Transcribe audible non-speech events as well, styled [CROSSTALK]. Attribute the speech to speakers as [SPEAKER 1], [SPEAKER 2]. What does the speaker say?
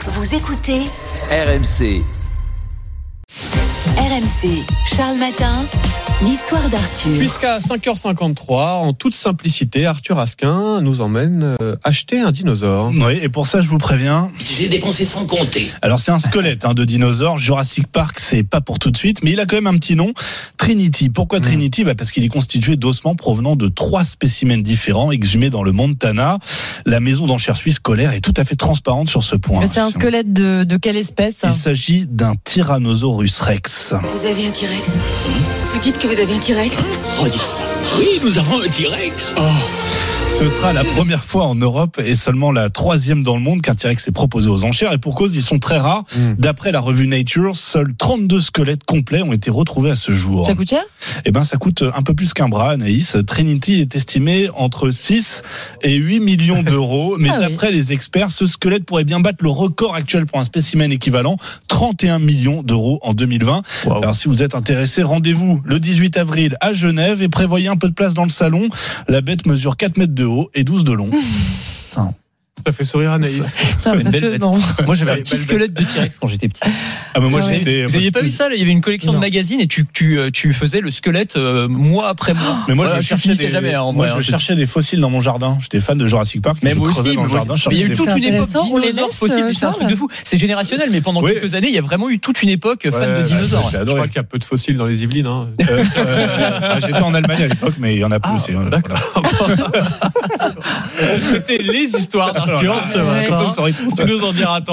[SPEAKER 1] Vous écoutez
[SPEAKER 2] RMC.
[SPEAKER 1] RMC, Charles Matin, l'histoire d'Arthur.
[SPEAKER 3] Puisqu'à 5h53, en toute simplicité, Arthur Asquin nous emmène euh, acheter un dinosaure.
[SPEAKER 4] Oui, et pour ça, je vous préviens.
[SPEAKER 5] J'ai dépensé sans compter.
[SPEAKER 4] Alors, c'est un squelette hein, de dinosaure. Jurassic Park, c'est pas pour tout de suite, mais il a quand même un petit nom. Trinity. Pourquoi
[SPEAKER 6] Mm.
[SPEAKER 4] Trinity bah Parce qu'il est constitué d'ossements provenant de trois spécimens différents exhumés dans le Montana. La maison d'enchères suisse scolaire est tout à fait transparente sur ce point.
[SPEAKER 6] Mais c'est un squelette de, de quelle espèce
[SPEAKER 4] Il s'agit d'un Tyrannosaurus Rex.
[SPEAKER 7] Vous avez un T-Rex Vous dites que vous avez un T-Rex
[SPEAKER 5] Redites ça. Oui, nous avons un T-Rex.
[SPEAKER 4] Ce sera la première fois en Europe et seulement la troisième dans le monde qu'un T-Rex est proposé aux enchères. Et pour cause, ils sont très rares.
[SPEAKER 3] Mm.
[SPEAKER 4] D'après la revue Nature, seuls 32 squelettes complets ont été retrouvés à ce jour.
[SPEAKER 6] Ça coûte cher
[SPEAKER 4] Eh ben, ça coûte un peu plus qu'un bras, Anaïs. Trinity est estimé entre 6 et 8 millions
[SPEAKER 6] [LAUGHS]
[SPEAKER 4] d'euros. Mais
[SPEAKER 6] Ah oui.
[SPEAKER 4] d'après les experts, ce squelette pourrait bien battre le record actuel pour un spécimen équivalent, 31 millions d'euros en 2020. Alors, si vous êtes intéressé, rendez-vous le 18 avril à Genève et prévoyez un peu de place dans le salon. La bête mesure 4 mètres de haut et 12 de
[SPEAKER 6] [LAUGHS]
[SPEAKER 4] long.
[SPEAKER 3] Ça fait sourire Anaïs.
[SPEAKER 6] C'est
[SPEAKER 8] belle
[SPEAKER 6] impressionnant.
[SPEAKER 8] Moi, j'avais un
[SPEAKER 3] Belle-
[SPEAKER 8] petit
[SPEAKER 3] belle-
[SPEAKER 8] squelette de T-Rex quand j'étais petit.
[SPEAKER 4] Ah, mais moi,
[SPEAKER 6] Ah ouais.
[SPEAKER 4] j'étais.
[SPEAKER 8] Vous n'aviez pas vu ça là Il y avait une collection
[SPEAKER 6] Non.
[SPEAKER 8] de magazines et tu, tu, euh, tu faisais le squelette euh, mois après mois.
[SPEAKER 4] [GASPS] Mais moi,
[SPEAKER 8] Voilà,
[SPEAKER 4] je
[SPEAKER 8] tu
[SPEAKER 4] cherchais
[SPEAKER 8] finissais
[SPEAKER 4] des,
[SPEAKER 8] jamais. hein, en
[SPEAKER 4] moi,
[SPEAKER 8] vrai, hein,
[SPEAKER 4] je cherchais des fossiles dans mon jardin. J'étais fan de Jurassic Park.
[SPEAKER 8] Mais
[SPEAKER 4] je
[SPEAKER 8] moi aussi,
[SPEAKER 4] crevais dans
[SPEAKER 8] mais
[SPEAKER 4] le
[SPEAKER 8] moi
[SPEAKER 4] jardin.
[SPEAKER 8] aussi.
[SPEAKER 4] je
[SPEAKER 8] Mais il y a
[SPEAKER 4] cherchais des
[SPEAKER 8] eu toute
[SPEAKER 6] C'est
[SPEAKER 8] une époque
[SPEAKER 6] intéressant, on les
[SPEAKER 8] dinosaures
[SPEAKER 6] laisse,
[SPEAKER 8] fossiles.
[SPEAKER 6] euh,
[SPEAKER 8] C'est un truc
[SPEAKER 6] Charles
[SPEAKER 8] de fou. C'est générationnel, mais pendant
[SPEAKER 4] Oui.
[SPEAKER 8] quelques années, il y a vraiment eu toute une époque euh, fan
[SPEAKER 4] Ouais,
[SPEAKER 8] de
[SPEAKER 3] bah,
[SPEAKER 4] ouais,
[SPEAKER 8] dinosaures.
[SPEAKER 3] Je
[SPEAKER 4] j'ai adoré.
[SPEAKER 3] crois qu'il y a peu de fossiles dans les Yvelines. hein.
[SPEAKER 4] Euh, euh, ah, J'étais en Allemagne à l'époque, mais il y en a plus.
[SPEAKER 8] Ah,
[SPEAKER 4] aussi, hein,
[SPEAKER 8] d'accord. C'était les histoires
[SPEAKER 4] voilà.
[SPEAKER 8] d'Arthur ce
[SPEAKER 4] Comme ça,
[SPEAKER 8] matin.
[SPEAKER 4] [LAUGHS] vous saurez tout.
[SPEAKER 8] Tu nous en diras tant.